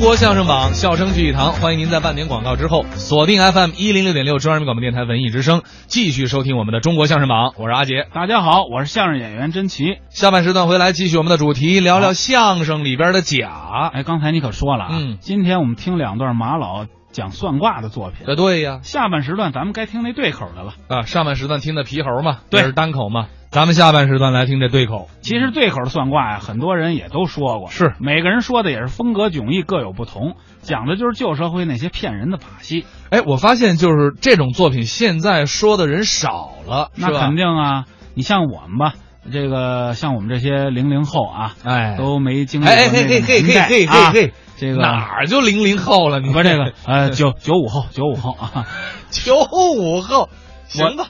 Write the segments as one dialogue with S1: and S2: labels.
S1: 国相声榜，笑声聚一堂。欢迎您在半年广告之后锁定 FM 一零六点六中央人民广播电台文艺之声，继续收听我们的中国相声榜。我是阿杰。
S2: 大家好，我是相声演员甄奇。
S1: 下半时段回来继续我们的主题，聊聊相声里边的假。
S2: 哎，刚才你可说了啊，
S1: 嗯
S2: 今天我们听两段马老讲算卦的作品。
S1: 这呃对呀，
S2: 下半时段咱们该听那对口的了。
S1: 啊，上半时段听的皮猴嘛，
S2: 对
S1: 这是单口嘛，咱们下半时段来听这对口。
S2: 其实对口的算卦呀、很多人也都说过，
S1: 是
S2: 每个人说的也是风格迥异，各有不同，讲的就是旧社会那些骗人的把戏。
S1: 哎，我发现就是这种作品现在说的人少了，
S2: 那
S1: 是吧
S2: 肯。定啊，你像我们吧，这个像我们这些零零后啊，
S1: 哎，
S2: 都没经历过
S1: 哎哎
S2: 那个
S1: 嘿嘿
S2: 年
S1: 嘿嘿
S2: 代
S1: 嘿
S2: 啊
S1: 嘿嘿，
S2: 这个
S1: 哪儿就零零后了？你
S2: 不是这个呃九九五后九五后啊。
S1: 九五后，行吧。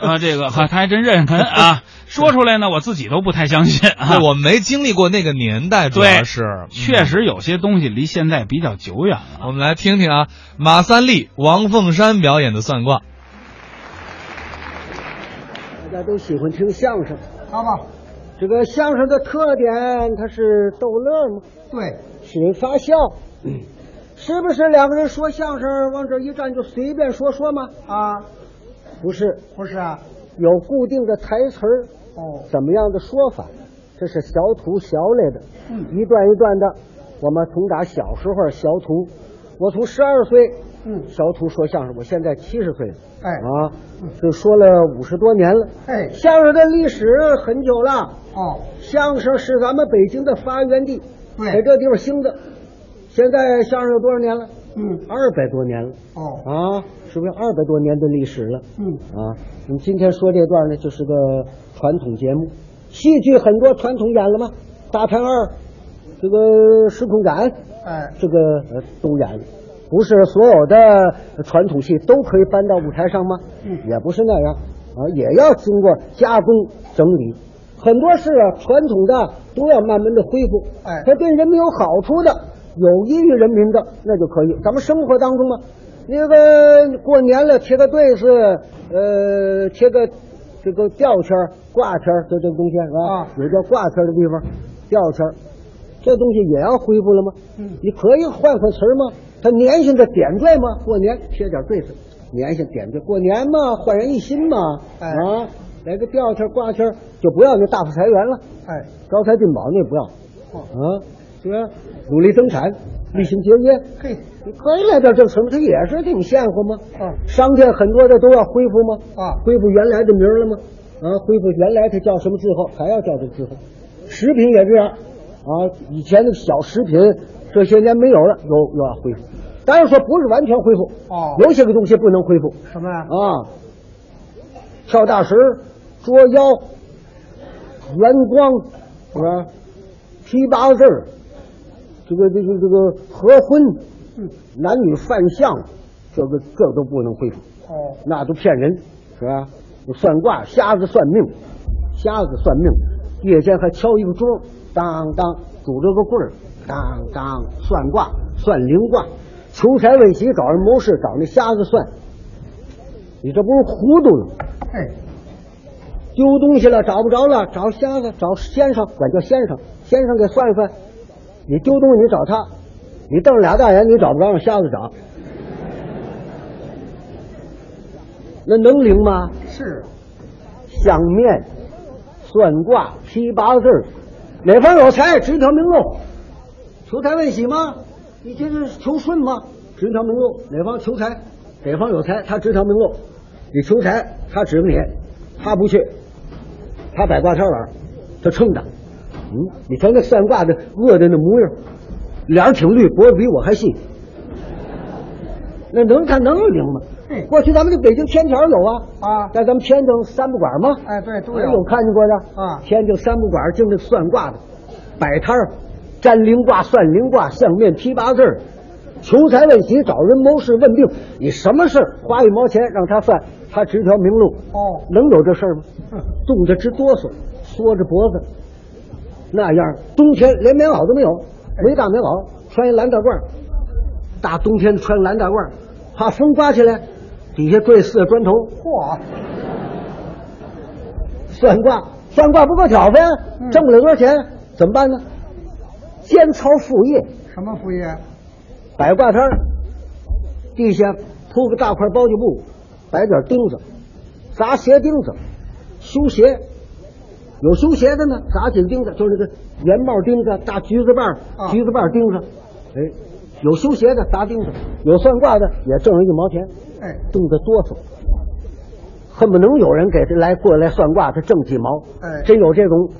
S2: 啊，这个他他还真认真啊！说出来呢，我自己都不太相信
S1: 对，。
S2: 啊
S1: 我没经历过那个年代，主要
S2: 对
S1: 是嗯
S2: 确实有些东西离现在比较久远了。
S1: 我们来听听啊，马三立、王凤山表演的算卦。
S3: 大家都喜欢听相声。
S4: 好吧，
S3: 这个相声的特点，它是逗乐嘛，
S4: 对，
S3: 使人发笑。 是不是两个人说相声往这一站就随便说说吗？
S4: 啊，
S3: 不是，
S4: 不是啊，
S3: 有固定的台词儿，
S4: 哦，
S3: 怎么样的说法，这是小土学来的。
S4: 嗯
S3: 一段一段的，我们从打小时候学徒，我从十二岁
S4: 嗯，
S3: 学徒说相声，我现在七十岁了。
S4: 哎
S3: 啊，这说了五十多年了。
S4: 哎
S3: 相声的历史很久了。
S4: 哦，
S3: 相声是咱们北京的发源地，
S4: 对
S3: 在这地方兴的。现在相声有多少年了？
S4: 嗯，
S3: 二百多年了
S4: 哦，
S3: 啊，是不是二百多年的历史了
S4: 嗯，
S3: 啊？我们今天说这段呢，就是个传统节目，戏剧很多传统演了吗？大盘二，这个时空感，
S4: 哎，
S3: 这个呃都演了。不是所有的传统戏都可以搬到舞台上吗？
S4: 嗯
S3: 也不是那样啊，也要经过加工整理。很多事啊，传统的都要慢慢的恢复。
S4: 哎
S3: 它对人民有好处的，有益于人民的，那就可以。咱们生活当中嘛，那个过年了贴个对子，呃，贴个这个吊签儿、挂签儿，就这个东西是吧？
S4: 啊
S3: 有叫挂签儿的地方，吊签儿，这东西也要恢复了吗？
S4: 嗯
S3: 你可以换换词儿吗？它粘性的点缀吗？过年贴点对子，粘性点缀，过年嘛，焕然一新嘛，
S4: 哎
S3: 啊，来个吊签儿挂签儿，就不要那大富财源了，
S4: 哎，
S3: 招财进宝那不要，
S4: 哦
S3: 啊，是吧？努力增产，厉行节约，
S4: 嘿，
S3: 你可以来点这个词儿，它也是挺现乎吗？
S4: 啊
S3: 商店很多的都要恢复吗？
S4: 啊
S3: 恢复原来的名儿了吗？啊，恢复原来它叫什么字号，还要叫这个字号。食品也这样，啊，以前的小食品这些年没有了，又又要恢复。当然说不是完全恢复，
S4: 哦
S3: 有些个东西不能恢复
S4: 什么呀？
S3: 啊，跳大神儿、捉妖、圆光，是吧？批八字儿，这个这个这个合婚，
S4: 嗯，
S3: 男女犯相，这个这都不能恢复，
S4: 哦，
S3: 那都骗人，是吧？算卦，瞎子算命，瞎子算命，夜间还敲一个钟，当当，拄着个棍儿，当当，算卦，算灵卦，求财问喜，找人谋事，找那瞎子算，你这不是糊涂了吗？
S4: 嘿，
S3: 丢东西了，找不着了，找瞎子，找先生，管叫先生，先生给算一算。你丢东西，你找他，你瞪着俩大眼，你找不着，让瞎子找，那能灵吗？
S4: 是，
S3: 相面、算卦、批八字儿，哪方有财，指一条明路。求财问喜吗？你这是求顺吗？指一条明路，哪方求财，哪方有财，他指一条明路。你求财，他指着你，他不去，他摆卦天玩儿，他撑着。嗯，你瞧那算卦的饿的那模样，脸儿挺绿，脖子比我还细。那能他能灵吗
S4: 嗯？
S3: 过去咱们这北京天桥有啊，
S4: 啊
S3: 在咱们天津三不管吗？
S4: 哎，对，都
S3: 我有看见过的
S4: 啊
S3: 天津三不管净是算卦的，摆摊儿，占灵卦、算灵卦、相面、批八字儿，求财问喜、找人谋事、问病。你什么事儿花一毛钱让他算，他指条明路。
S4: 哦，
S3: 能有这事儿吗？
S4: 哼，
S3: 冻得直哆嗦，缩着脖子，那样冬天连棉袄都没有，没大棉袄，穿一蓝大褂儿，大冬天穿蓝大褂儿，怕风刮起来，底下坠四个砖头，
S4: 嚯，
S3: 算卦，算卦不够挑呗，
S4: 嗯
S3: 挣不了多少钱，怎么办呢？兼操副业，
S4: 什么副业？啊
S3: 摆挂摊儿，地下铺个大块包浆布，摆点钉子，砸鞋钉子，修鞋。有修鞋的呢，砸几个钉子，就是那个圆帽钉子、大橘子瓣儿、
S4: 啊
S3: 橘子瓣儿钉子。哎，有修鞋的砸钉子，有算卦的也挣人一毛钱，
S4: 哎，
S3: 冻得哆嗦。恨不能有人给他来过来算卦，他挣几毛。
S4: 哎
S3: 真有这种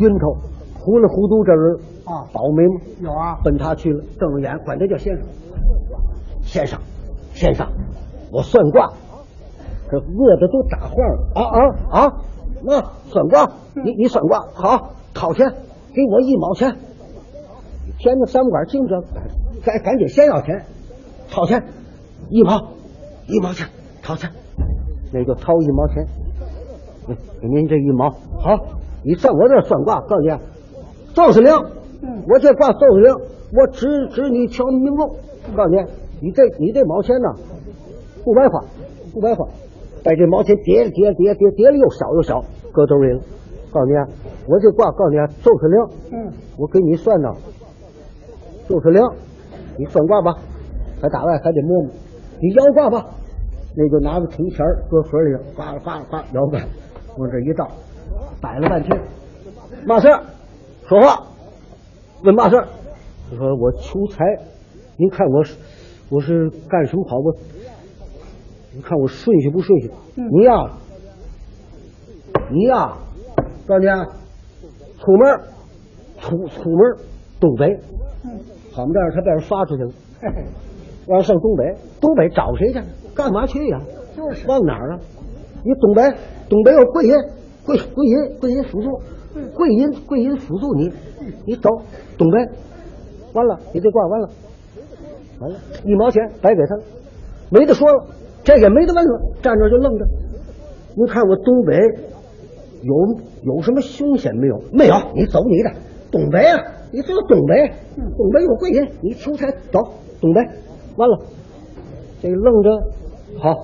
S3: 晕头糊里糊涂这人
S4: 啊
S3: 倒霉吗？
S4: 有啊，
S3: 奔他去了，瞪着眼，管他叫先生，先生，先生，我算卦，这饿的都打晃了啊啊啊！那、算卦，你你算卦好，讨钱，给我一毛钱，添那三不管净着，赶赶紧先要钱，讨钱，一毛，一毛钱，讨钱，那就掏一毛钱，嗯给您这一毛，好，你上我这儿算卦，告诉你啊，就是灵。我这卦就是灵，我指指你瞧你命宫。告诉你，你这你这毛钱呢，不白花，不白花。把这毛钱叠了叠了叠了叠了叠了又少又少，搁兜里了。告诉你啊，我这卦告诉你啊，就是灵。
S4: 嗯，
S3: 我给你算呢，就是灵。你算卦吧，还打外还得摸摸。你摇卦吧，那就拿个铜钱儿搁盒里了，呱啦呱啦呱啦摇摆，往这一倒，摆了半天，嘛事儿？说话，问嘛事儿？他说我求财，您看我是我是干什么好？我您看我顺序不顺序？你呀、你呀、告诉你啊，出门儿出出门儿东北，好我们这儿他被人发出去了。
S4: 嗯嘿嘿，
S3: 我要上东北，东北找谁去？干嘛去呀、
S4: 就是
S3: 往哪儿啊？你东北，东北有桂林，桂桂林桂林辅助，桂林桂林辅助你，你走东北，完了你这卦完了，完了一毛钱白给他了，没得说了，这也没得问了，站这儿就愣着。您看我东北有有什么凶险没有？没有，你走你的，东北啊，你只有东北，东北有桂林，你求财走东北，完了，这愣着，好，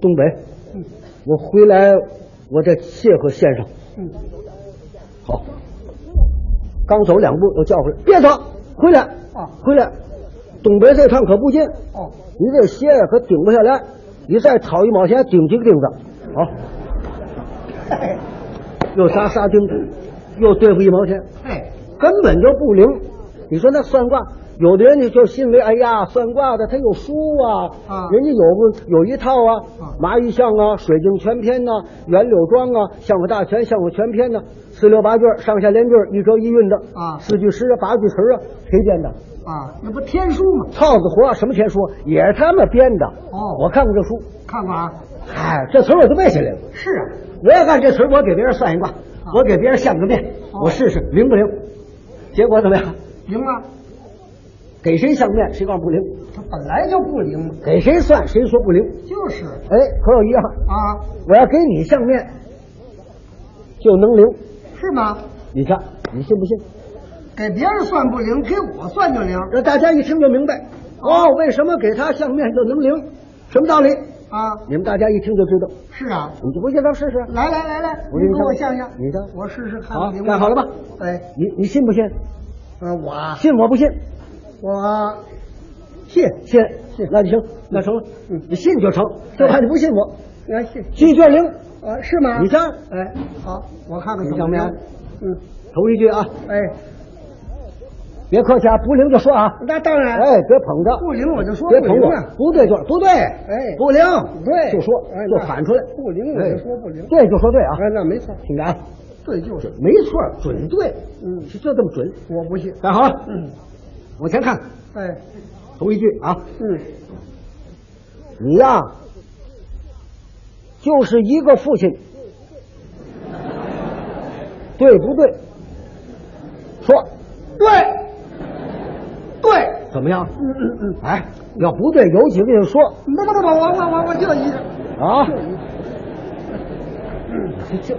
S3: 东北，我回来我再谢和先生，
S4: 嗯，
S3: 好，刚走两步又叫回来，别走，回来
S4: 啊
S3: 回来，东北这趟可不近，
S4: 哦，
S3: 你这鞋可顶不下来，你再讨一毛钱顶几个钉子，好，
S4: 嘿嘿，
S3: 又砸仨钉子，又对付一毛钱，
S4: 嘿，
S3: 根本就不灵。你说那算卦，有的人你就信为哎呀，算卦的他有书啊，
S4: 啊
S3: 人家有个有一套啊，
S4: 啊
S3: 麻衣相啊，水镜全篇呐、袁柳庄啊，相府大全，相府全篇呐、四六八句儿，上下联句儿，一折一韵的
S4: 啊
S3: 四句诗啊，八句词儿啊，谁编的？
S4: 啊，那不天书吗？
S3: 操子活啊什么天书也是他们编的。
S4: 哦
S3: 我看过这书，
S4: 看过啊，
S3: 哎，这词儿我都背下来了。
S4: 是啊，
S3: 我要干这词儿，我给别人算一卦，我给别人相个面，
S4: 哦
S3: 我试试灵不灵？结果怎么样？
S4: 灵啊，
S3: 给谁相面，谁告诉不灵？
S4: 它本来就不灵嘛，
S3: 给谁算，谁说不灵？
S4: 就是
S3: 哎，可有一样，
S4: 啊，
S3: 我要给你相面，就能灵。
S4: 是吗？
S3: 你看，你信不信？
S4: 给别人算不灵，给我算就灵
S3: 让大家一听就明白。哦，为什么给他相面就能灵？什么道理？
S4: 啊，
S3: 你们大家一听就知道。
S4: 是啊，
S3: 你就不信，咱试试。
S4: 来来来来，
S3: 我
S4: 你
S3: 给你
S4: 给我
S3: 看
S4: 想想，
S3: 你看
S4: 我试试看
S3: 好，
S4: 明
S3: 干好了吧？
S4: 对，
S3: 你你信不信？
S4: 呃，我啊
S3: 信我不信？
S4: 我
S3: 信信信，那就行，那成了。
S4: 嗯
S3: 你信就成，就怕你不信我。
S4: 来信，
S3: 句句灵，
S4: 呃，是吗？
S3: 你看
S4: 哎，好，我看看
S3: 你
S4: 怎
S3: 想
S4: 么
S3: 没有
S4: 样？嗯，
S3: 头一句啊，
S4: 哎，
S3: 别客气啊，不灵就说啊。
S4: 那当然，
S3: 哎，别捧着，
S4: 不灵我就说
S3: 别
S4: 不
S3: 捧
S4: 灵
S3: 我
S4: 啊，，
S3: 不对就是不对，
S4: 哎
S3: 不灵，
S4: 对
S3: 就说
S4: 哎
S3: 就
S4: 那
S3: 喊出来，
S4: 不灵我就说不灵
S3: 哎对就说对啊，
S4: 哎，那没错，
S3: 听着啊，
S4: 对就是，
S3: 没错，准对，
S4: 嗯
S3: 就就这么准。
S4: 我不信，
S3: 干好了，
S4: 嗯，
S3: 往前看，
S4: 哎，
S3: 头一句啊，
S4: 嗯，
S3: 你呀，就是一个父亲，对不对？说
S4: 对，对，
S3: 怎么样？
S4: 嗯嗯嗯，
S3: 哎，要不对，有几个就说
S4: 那不那不，我我我我就一个。
S3: 啊，就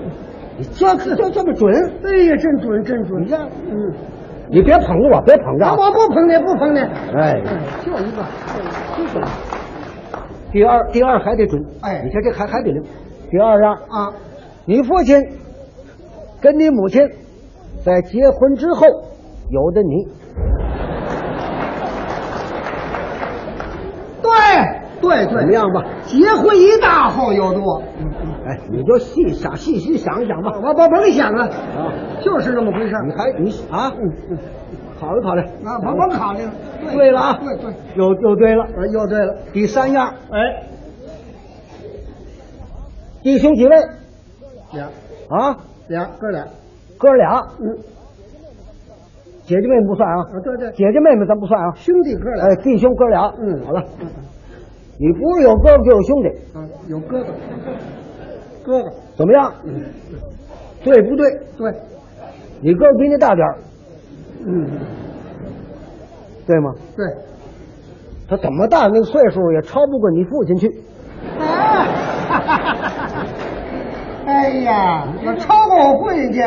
S3: 你这这就这么准。
S4: 哎呀，真准，真准！你看，嗯，
S3: 你别捧着我，别捧着
S4: 啊，
S3: 啊。
S4: 我不捧你，不捧你，
S3: 哎，
S4: 就一个，就是
S3: 第二第二还得准。
S4: 哎
S3: 你看这还还得灵。第二啊，
S4: 啊，
S3: 你父亲跟你母亲在结婚之后有的你，
S4: 对对，
S3: 怎么样吧？
S4: 结婚一大后有多，
S3: 哎，你就细想细细想一想吧。
S4: 我我甭想了，
S3: 啊，
S4: 就是这么回事儿嗯
S3: 你还你啊，考虑考虑
S4: 啊，甭甭考虑了。
S3: 对了啊，
S4: 对对，
S3: 又又对了。
S4: 啊，又对了，
S3: 第三样，
S4: 哎，
S3: 弟兄几位
S4: 俩
S3: 啊？
S4: 俩哥俩，啊
S3: 哥俩，
S4: 嗯，
S3: 姐姐妹妹不算
S4: 啊
S3: 啊，
S4: 对对，
S3: 姐姐妹妹咱不算啊。
S4: 兄弟哥俩，
S3: 哎，弟兄哥俩，
S4: 嗯
S3: 好了，你不是有哥哥就有兄弟，
S4: 啊，有哥哥，哥哥，
S3: 怎么样？
S4: 嗯
S3: 对不对？
S4: 对，
S3: 你哥哥比你大点儿，
S4: 嗯，
S3: 对吗？
S4: 对，
S3: 他怎么大那个岁数也超不过你父亲去。
S4: 啊哎呀，我超过我父亲去，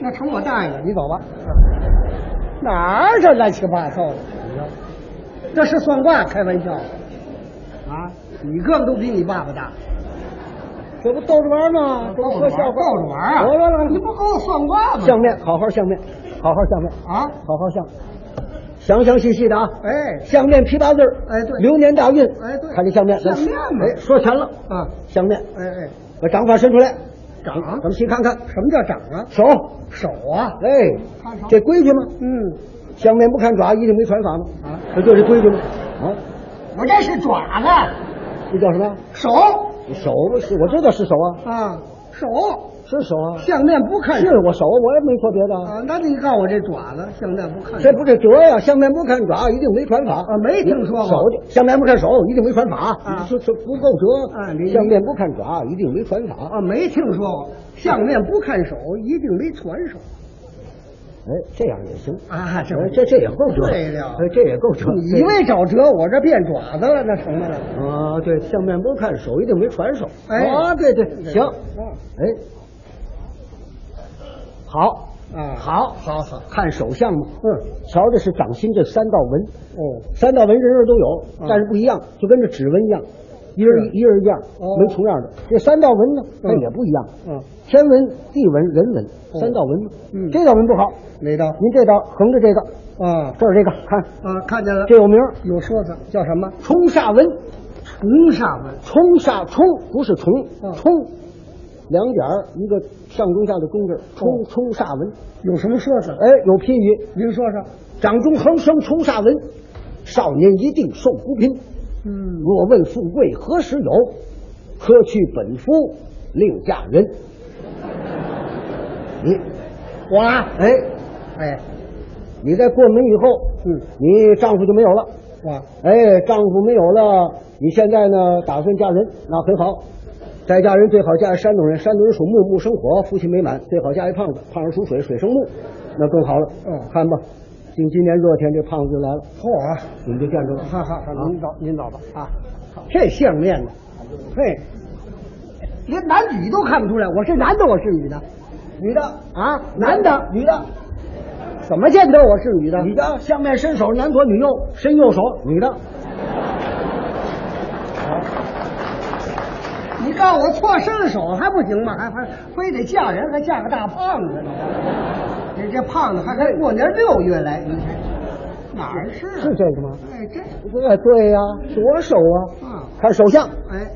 S4: 那成我大爷了。你走吧。哪儿这乱七八糟的？你说，这是算卦开玩笑啊！你哥哥都比你爸爸大，
S3: 这不逗着玩儿吗？这不说笑话，
S4: 逗着玩儿啊！
S3: 来来来，
S4: 你不给我算卦吗？
S3: 相面，好好相面，好好相面，
S4: 啊！
S3: 好好相，详详细细的啊。
S4: 哎
S3: 相面批八字儿
S4: 哎对
S3: 流年大运，
S4: 哎对
S3: 看这相面，
S4: 相面嘛
S3: 哎，说全了，
S4: 啊！
S3: 相面，
S4: 哎哎，
S3: 把掌法伸出来，
S4: 掌
S3: 咱们细看看，
S4: 什么叫掌啊？
S3: 手，
S4: 手啊！
S3: 哎
S4: 看手，
S3: 这规矩吗？
S4: 嗯，
S3: 相面不看爪，一定没传法吗？
S4: 啊，
S3: 这就是规矩吗？啊，
S4: 我这是爪子，
S3: 这叫什么？
S4: 手
S3: 手是，我知道是手啊，
S4: 啊，手。
S3: 是手啊，
S4: 相面不看
S3: 是我手，我也没说别的啊。
S4: 啊，那你告诉我这爪子相面不看
S3: 这不是辙呀、相面不看爪，一定没传法
S4: 啊没听说过
S3: 手的相面不看手，一定没传法。
S4: 啊
S3: 你说这不够辙
S4: 啊你
S3: 相面不看爪，一定没传法。
S4: 啊？没听说过，相面不看手，一定没传手
S3: 哎，这样也行。
S4: 啊！这
S3: 哎这这也够辙，
S4: 对了
S3: 哎，这也够辙。
S4: 你一味找辙，我这变爪子了，那成了呢。
S3: 啊，对，相面不看手，一定没传手。
S4: 哎
S3: 啊，对对，行。
S4: 啊
S3: 哎，好，
S4: 啊，
S3: 好，好，好，看手相嘛。
S4: 嗯，
S3: 瞧的是掌心这三道纹，
S4: 哦，
S3: 三道纹人人都有
S4: 嗯，
S3: 但是不一样，就跟这指纹一样，一人一人一样
S4: 哦，
S3: 没重样的。这三道纹呢，它也不一样，
S4: 嗯，
S3: 天纹、地纹、人纹，
S4: 哦
S3: 三道纹嘛。
S4: 嗯
S3: 这道纹不好，
S4: 哪道
S3: 您这道横着这个，
S4: 啊
S3: 这儿这个，看
S4: 啊？看见了，
S3: 这有名儿，
S4: 有说的叫什么？
S3: 冲煞纹，
S4: 重煞门
S3: 冲煞冲不是重，
S4: 嗯
S3: 冲，两点儿一个上中下的中字儿，冲冲煞纹。
S4: 哦有什么说的？
S3: 哎，有拼语，
S4: 您说说。
S3: 掌中横生冲煞纹，少年一定受孤贫。
S4: 嗯，
S3: 若问富贵何时有，科去本夫另嫁人。你
S4: 我啊，
S3: 哎，
S4: 哎，
S3: 你在过门以后，
S4: 嗯，
S3: 你丈夫就没有了。
S4: 我
S3: 哎，丈夫没有了，你现在呢打算嫁人，那很好。再嫁人最好嫁山东人，山东人属木，木生火，夫妻美满。最好嫁一胖子，胖子属水，水生木，那更好了。
S4: 嗯
S3: 看吧，今今年热天这胖子就来了，
S4: 嚯，
S3: 你们就见着了。
S4: 哈哈，
S3: 啊
S4: 您走您走吧啊，这相面呢，嘿，连男女都看不出来，我是男的，我是女的
S3: 女的，
S4: 啊，男的
S3: 女的，
S4: 怎么见得我是女的？
S3: 女的，相面伸手，男左女右，伸右手，女的。
S4: 你告诉我错伸手还不行吗？还还非得嫁人，还嫁个大胖子呢？你这这胖子还还过年六月来，你这哪儿是啊？
S3: 是这个吗？
S4: 哎，这
S3: 对对呀、左手啊，
S4: 啊，
S3: 看手相，
S4: 哎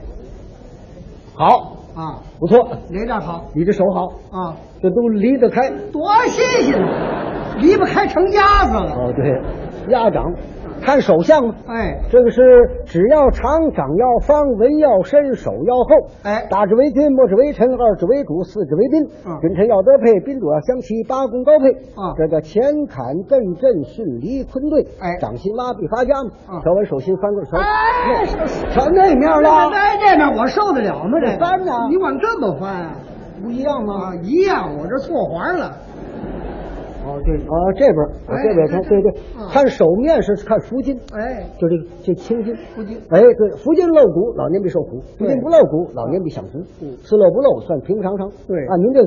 S3: 好，
S4: 啊，
S3: 不错，
S4: 哪点好
S3: 你这手好，
S4: 啊？
S3: 这都离得开。
S4: 多新鲜啊，离不开成鸭子了。
S3: 哦，对，压掌，看手相嘛。
S4: 哎
S3: 这个是只要长，掌要方，纹要深，手要厚。
S4: 哎
S3: 打指为君，末指为臣，二指为主，四指为宾。
S4: 嗯
S3: 君臣要德配，宾主要相齐，八公高配。
S4: 嗯
S3: 这个乾坎艮震巽离坤兑。
S4: 哎
S3: 掌心挖必发家嘛。
S4: 嗯
S3: 调完手心翻过去，
S4: 哎，是
S3: 朝那面儿了。
S4: 哎，这面我受得了吗？这
S3: 翻呢
S4: 你往这么翻啊？
S3: 不一样
S4: 啊，？一样，我这错环了。
S3: 哦，对，哦，这边儿，
S4: 哎
S3: 这边儿看，
S4: 这
S3: 对对
S4: 嗯，
S3: 看手面是看福金，
S4: 哎，
S3: 就这个这青筋。
S4: 不仅
S3: 哎，对，福筋露骨，老年必受苦；福筋不露骨，老年必享福。是露不露，算平平常常。
S4: 嗯对
S3: 啊，您这个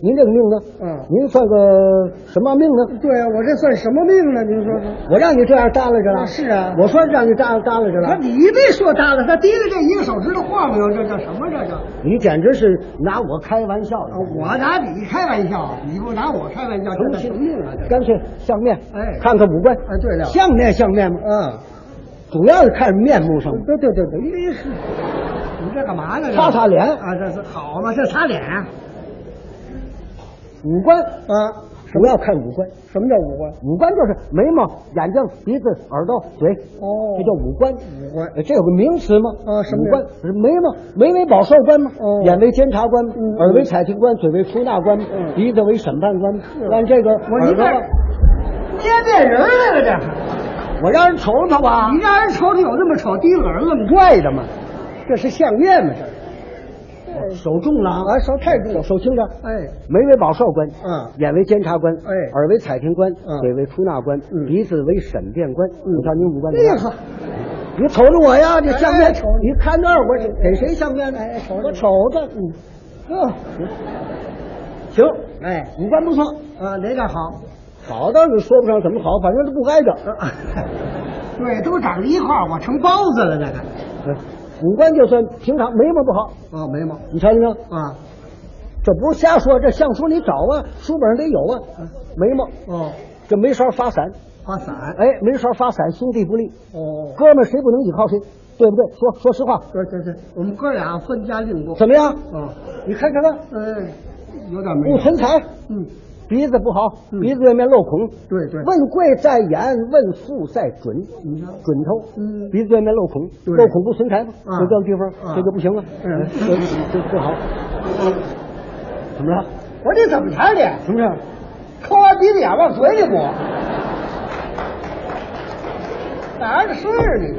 S3: 您这个命呢？
S4: 嗯
S3: 您算个什么命呢？
S4: 对啊，我这算什么命呢？您说说。
S3: 我让你这样耷拉着了。
S4: 啊是啊
S3: 我说让你耷拉耷拉着
S4: 他
S3: 了，
S4: 你一别说搭了，他提着这一个手指头晃悠，这叫什么？这叫
S3: 你简直是拿我开玩笑呢
S4: 啊！我拿你开玩笑，你不拿我开玩笑，这叫什么命啊？这
S3: 干脆相面，
S4: 哎
S3: 看看五官。
S4: 哎对了
S3: 相面相面嘛。
S4: 嗯，
S3: 主要是看面目上，
S4: 对对对对，哎是，你这干嘛呢？这
S3: 擦擦脸
S4: 啊，这是好嘛？这擦脸啊？
S3: 五官
S4: 啊
S3: 主要看五官。
S4: 什么叫五官？
S3: 五官就是眉毛、眼睛、鼻子、耳朵、嘴，
S4: 哦
S3: 这叫五官。
S4: 五官
S3: 呃这有个名词吗？
S4: 啊什么
S3: 五
S4: 名
S3: 官是眉毛，眉为保寿官吗？
S4: 哦
S3: 眼为监察官吗
S4: 嗯，
S3: 耳为采听官，嘴为出纳官
S4: 嗯，
S3: 鼻子为审判官。按这个
S4: 我你
S3: 耳朵吧，
S4: 这捏变人来了这，
S3: 我让人瞅瞅吧
S4: 你，让人瞅瞅有那么瞅低个儿那么
S3: 怪的嘛。
S4: 这是相面嘛？这是
S3: 手重了啊，手太重了，手轻着。
S4: 哎，
S3: 眉为保寿官，
S4: 嗯
S3: 眼为监察官，
S4: 哎
S3: 耳为采听官，
S4: 嗯
S3: 嘴为出纳官，
S4: 嗯
S3: 鼻子为审辩官。我看你五官怎么
S4: 厉
S3: 样，
S4: 害，
S3: 你瞅着我呀，这相
S4: 哎
S3: 面
S4: 瞅着你
S3: 你看这儿，我是给谁相面呢？
S4: 哎哎瞅着你
S3: 我瞅着，嗯，
S4: 呵，
S3: 行，
S4: 哎
S3: 五官不错，
S4: 啊，哪点好？
S3: 好倒是说不上怎么好，反正都不挨着。
S4: 啊 对，都长一块儿，我成包子了，这个。
S3: 嗯五官就算平常，眉毛不好，
S4: 哦，眉毛
S3: 你瞧见没有？
S4: 啊，
S3: 这不是瞎说，这相书你找啊，书本上得有啊。
S4: 嗯
S3: 眉毛
S4: 哦，
S3: 这没法发散，
S4: 花伞，
S3: 哎，没法发散，兄弟不利，
S4: 哦，
S3: 哥们儿谁不能倚靠谁，对不对？说说实话，
S4: 对对对，我们哥俩分家另过。
S3: 怎么样？
S4: 哦，
S3: 你看看看，
S4: 嗯，有点
S3: 不
S4: 没有。
S3: 存财，
S4: 嗯，
S3: 鼻子不好，
S4: 嗯
S3: 鼻子外面漏孔。
S4: 对对
S3: 问贵在眼，问富在准，
S4: 你看，
S3: 准头。
S4: 嗯
S3: 鼻子外面漏孔，
S4: 对
S3: 漏孔不存财吗？
S4: 啊
S3: 就这个地方
S4: 啊，
S3: 这个不行啊。
S4: 嗯
S3: 这这不好。怎么了？
S4: 我这怎么才脸？
S3: 什么事儿？
S4: 抠完鼻子眼往嘴里抹，哪儿的事儿你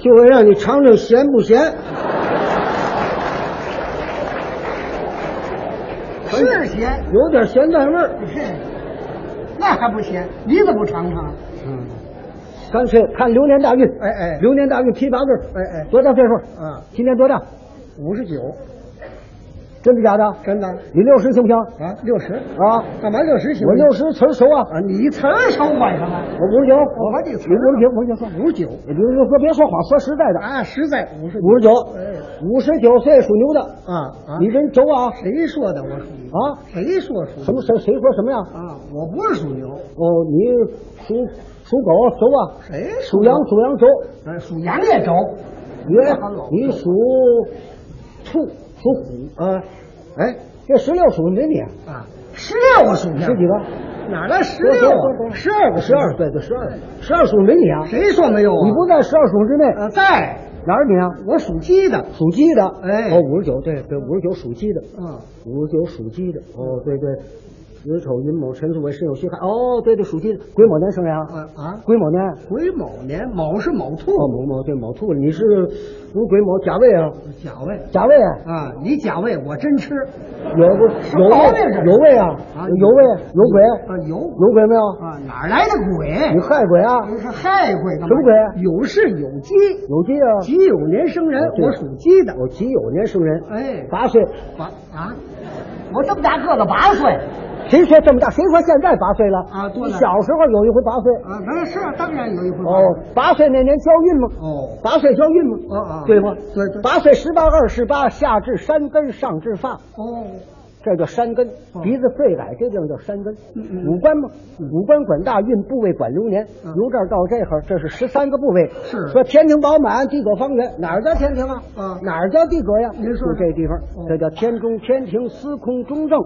S4: 这？
S3: 就为让你尝尝咸不咸。
S4: 是咸，
S3: 有点咸淡味儿。
S4: 嘿 那还不咸？你怎么不尝尝？
S3: 嗯，干脆看流年大运。
S4: 哎哎
S3: 流年大运批八字儿。
S4: 哎哎
S3: 多大岁数？
S4: 啊，
S3: 今年多大？
S4: 五十九，
S3: 真的假的？
S4: 真的
S3: 你六十行不行？
S4: 啊，六十
S3: 啊，
S4: 干嘛六十行？
S3: 我六十词儿熟啊。
S4: 啊，你词儿手管什么？
S3: 我五十九，
S4: 我把你词
S3: 你五十九，五十九说，
S4: 五十九
S3: 你你说别说谎，说实在的，
S4: 啊，实在五十
S3: 五十九
S4: 哎，
S3: 五十九岁属牛的，
S4: 啊啊！
S3: 你真轴啊！
S4: 谁说的？我属牛
S3: 啊？
S4: 谁说属牛？
S3: 什么谁谁说什么呀？
S4: 啊？我不是属牛，
S3: 哦，你属属狗轴啊，
S4: 谁
S3: 属羊属羊轴，
S4: 哎属羊也轴。
S3: 你
S4: 这还哎老
S3: 你属兔属虎，
S4: 啊，哎
S3: 这十六属没你啊？
S4: 啊，十六个属相
S3: 十几个？
S4: 哪来哎十
S3: 多多
S4: 六
S3: 多
S4: 啊？十二个，
S3: 十二，。对对，十二，十二属没你啊？
S4: 谁说没有啊？
S3: 你不在十二属之内，
S4: 呃在？
S3: 哪儿你啊？
S4: 我属鸡的。
S3: 属鸡的，
S4: 哎
S3: 哦，五十九，对对，五十九属鸡的，
S4: 啊，
S3: 五十九属鸡的，哦，对对，子丑寅卯辰巳未申酉戌亥，哦，对对，属鸡的，癸卯年生人啊，
S4: 啊啊！
S3: 癸卯年，
S4: 癸卯年，卯是卯
S3: 哦，
S4: 兔，
S3: 卯卯对卯兔，你是不是癸卯甲未啊？
S4: 呃甲位
S3: 甲未啊，
S4: 啊，你甲位我真吃
S3: 有不
S4: 什
S3: 有
S4: 么毛病
S3: 未
S4: 这是
S3: 有未啊
S4: 啊？
S3: 有未有鬼
S4: 啊有
S3: 有鬼没有？
S4: 啊，哪来的鬼？
S3: 你害鬼啊？
S4: 你是害鬼干嘛？
S3: 什么鬼
S4: 有是有鸡，
S3: 有鸡啊？
S4: 己酉年生人
S3: 哦，对
S4: 我属鸡的。
S3: 我己酉年生人，
S4: 哎，
S3: 八岁，
S4: 八啊，我这么大个子八岁
S3: 谁说这么大？谁说现在八岁了？
S4: 啊多
S3: 你
S4: 了
S3: 小时候有一回八岁，
S4: 啊，那是当然有一回
S3: 哦，八岁那年交运吗？
S4: 哦，
S3: 八岁交运吗？
S4: 哦哦
S3: 对吗？
S4: 对对
S3: 八岁十八二十八，下至山根，上至发，
S4: 哦，
S3: 这叫山根。
S4: 哦
S3: 鼻子最矮，这地方叫山根。
S4: 嗯嗯
S3: 五官嘛，五官管大运，部位管流年。
S4: 嗯
S3: 由这儿到这会儿，这是十三个部位。
S4: 是
S3: 说天庭饱满，地阁方圆，哪儿叫天庭啊？
S4: 啊
S3: 哪儿叫地阁呀？
S4: 您说
S3: 就
S4: 说
S3: 这地方
S4: 哦，
S3: 这叫天中天庭，司空中正。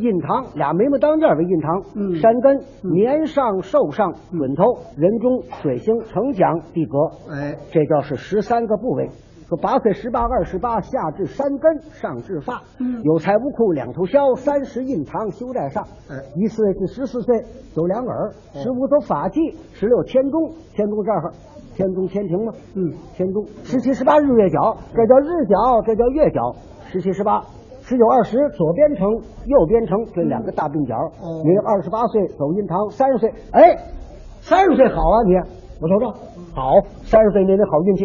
S3: 印堂俩眉毛当间为印堂，
S4: 嗯
S3: 山根年上寿上准头人中水星成讲地阁，
S4: 哎，
S3: 这叫是十三个部位。说八岁、十八、二十八，下至山根，上至发。
S4: 嗯
S3: 有财无库，两头销，三十印堂修在上。呃
S4: 哎
S3: 一岁至十四岁走两耳，
S4: 哦
S3: 十五走法纪，十六天中，天中这儿，天中天庭嘛。
S4: 嗯，
S3: 天中。十七、十八日月角，这叫日角，这叫月角。十七、十八。十九二十，左边成，右边成，这两个大鬓角。
S4: 哦
S3: 你二十八岁走印堂，三十岁，哎，三十岁好啊你，我瞅瞅，好，三十岁那年好运气，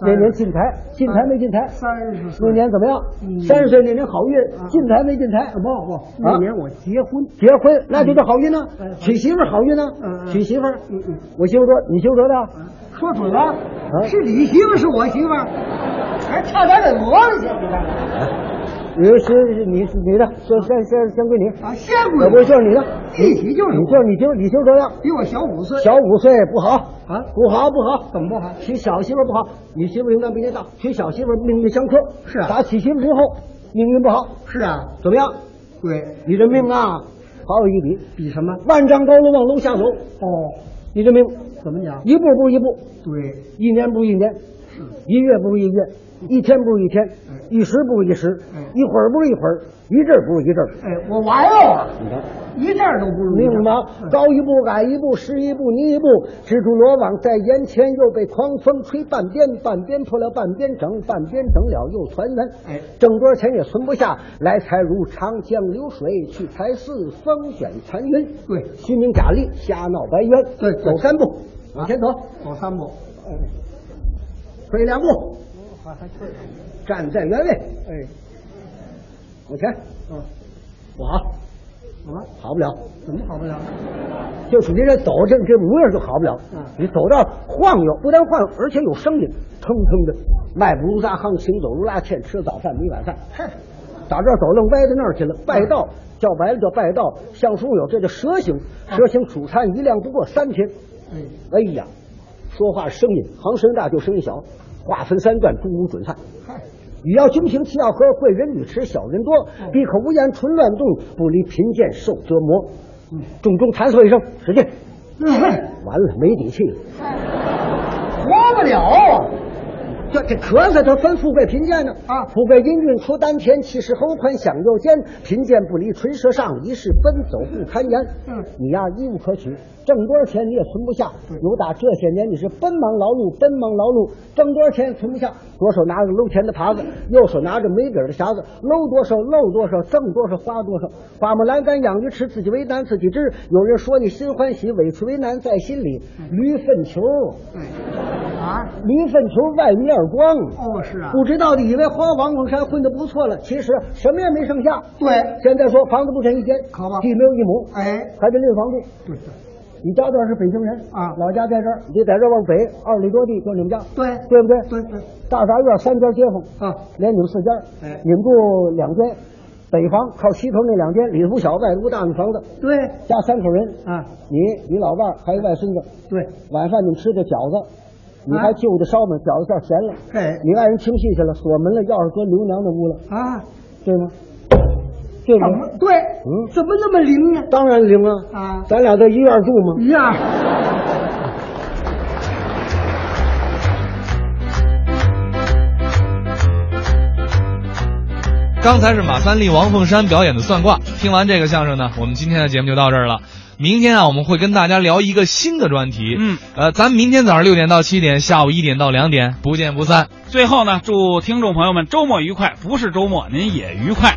S3: 那年进财，进财没进财？
S4: 三十
S3: 那
S4: 岁
S3: 年怎么样
S4: 嗯？
S3: 三十岁那年好运，
S4: 啊
S3: 进财没进财？
S4: 不不，
S3: 啊
S4: 那年我结婚，
S3: 结婚那就叫好运呢
S4: 嗯，
S3: 娶媳妇儿好运呢
S4: 嗯，嗯
S3: 娶媳妇儿
S4: 嗯嗯，
S3: 我媳妇说你媳妇多大？
S4: 说准了，是你媳妇是我媳妇，还差点给讹了去，你看看。
S3: 你是你是你的，说先先先归你，
S4: 啊，先
S3: 我
S4: 归
S3: 不就是你的，
S4: 一起就是
S3: 你
S4: 我，
S3: 就你听你听这样，
S4: 比我小五岁，
S3: 小五岁不好
S4: 啊
S3: 不好不好，
S4: 怎么不好？
S3: 娶小媳妇不好，你媳妇应当比你大，娶小媳妇命运相克，
S4: 是啊
S3: 打娶媳妇之后命运不好，
S4: 是啊，
S3: 怎么样？
S4: 对，
S3: 你这命啊，好有一比，
S4: 比什么？
S3: 万丈高楼往楼下走，
S4: 哦，
S3: 你这命
S4: 怎么讲？
S3: 一步不一步，
S4: 对，
S3: 一年不一年，一月不一月，一天不一天，一时不一时
S4: 嗯，
S3: 一会儿不一会儿，一阵儿不一阵儿。
S4: 哎，我玩偶啊，
S3: 你看，
S4: 一件儿都不啊如一件
S3: 命
S4: 儿
S3: 吗？高一步，矮一步，十一步，泥一步，蜘蛛罗网在眼前，又被狂风吹半边，半边破了半边整，半边整了又团圆。
S4: 哎
S3: 挣多少钱也存不下来，财如长江流水去财似风卷残云。
S4: 对
S3: 虚名假利，瞎闹白冤。
S4: 对
S3: 走三步，往前走，
S4: 走三步，哎
S3: 退两步，
S4: 还还退，
S3: 站在原位，
S4: 哎，
S3: 往前，
S4: 嗯，
S3: 不好，
S4: 怎么
S3: 好不了。
S4: 怎么好不了？
S3: 就属于这走这这模样就好不了。
S4: 嗯
S3: 你走到晃悠，不但晃悠，而且有声音，腾腾的，迈步如扎夯，行走如拉纤，吃早饭没晚饭。打这儿走愣歪到那儿去了，拜道叫白了叫拜道，相书有这叫蛇形，蛇形主餐一量不过三天。
S4: 哎，
S3: 哎呀，说话声音，行声大就声音小，划分三段，中庸准汉。
S4: 嗨，
S3: 语要均平，气要和，贵人语迟，小人多，闭口无言，唇乱动，不离贫贱受折磨。重重弹奏一声，使劲，
S4: 嗯
S3: 完了，没底气了。
S4: 活不了啊！
S3: 这这咳嗽，它分富贵贫贱呢
S4: 啊
S3: 富贵音韵出丹田，气势喉宽响右肩，贫贱不离唇舌上，一世奔走不堪言。
S4: 嗯
S3: 你呀一无可取，挣多少钱你也存不下。有打这些年你是奔忙劳碌，奔忙劳碌，挣多少钱也存不下。左手拿着搂钱的耙子，右手拿着没底儿的匣子，搂多少漏多少，挣多少花多少。花木兰干养鱼吃，自己为难自己知。有人说你心欢喜，委屈为难在心里。
S4: 嗯
S3: 驴粪球，
S4: 对，哎啊，
S3: 驴粪球外泥耳光。
S4: 哦，是啊，
S3: 不知道的以为花王广山混得不错了，其实什么也没剩下。
S4: 对，
S3: 现在说房子不剩一间，
S4: 可不
S3: 地没有一亩，
S4: 哎，
S3: 还得另房地。
S4: 对对
S3: 你家这儿是北京人
S4: 啊
S3: 老家在这儿，你就在这儿往北二里多地就是你们家，
S4: 对
S3: 对不对？
S4: 对对，
S3: 大杂院三间街坊，
S4: 啊，
S3: 连你们四间，
S4: 哎
S3: 你们住两间，北房靠西头那两间，里头不小外头不大那房子，
S4: 对
S3: 家三口人，
S4: 啊，
S3: 你你老伴儿还有外孙子，
S4: 对，
S3: 晚饭你们吃的饺子，你
S4: 啊
S3: 还就着烧饼，饺子馅儿咸了。
S4: 哎，
S3: 你爱人听戏去了，锁门了，钥匙搁刘娘的屋了，
S4: 啊，
S3: 对吗？对
S4: 怎
S3: 吗？
S4: 么对？
S3: 嗯
S4: 怎么那么灵呢？
S3: 当然灵啊！
S4: 啊
S3: 咱俩在一院住吗？
S4: 一样，
S1: 刚才是马三立、王凤山表演的算卦。听完这个相声呢，我们今天的节目就到这儿了。明天啊，我们会跟大家聊一个新的专题。
S2: 嗯，
S1: 呃，咱们明天早上六点到七点，下午一点到两点，不见不散。
S2: 最后呢，祝听众朋友们周末愉快，不是周末您也愉快。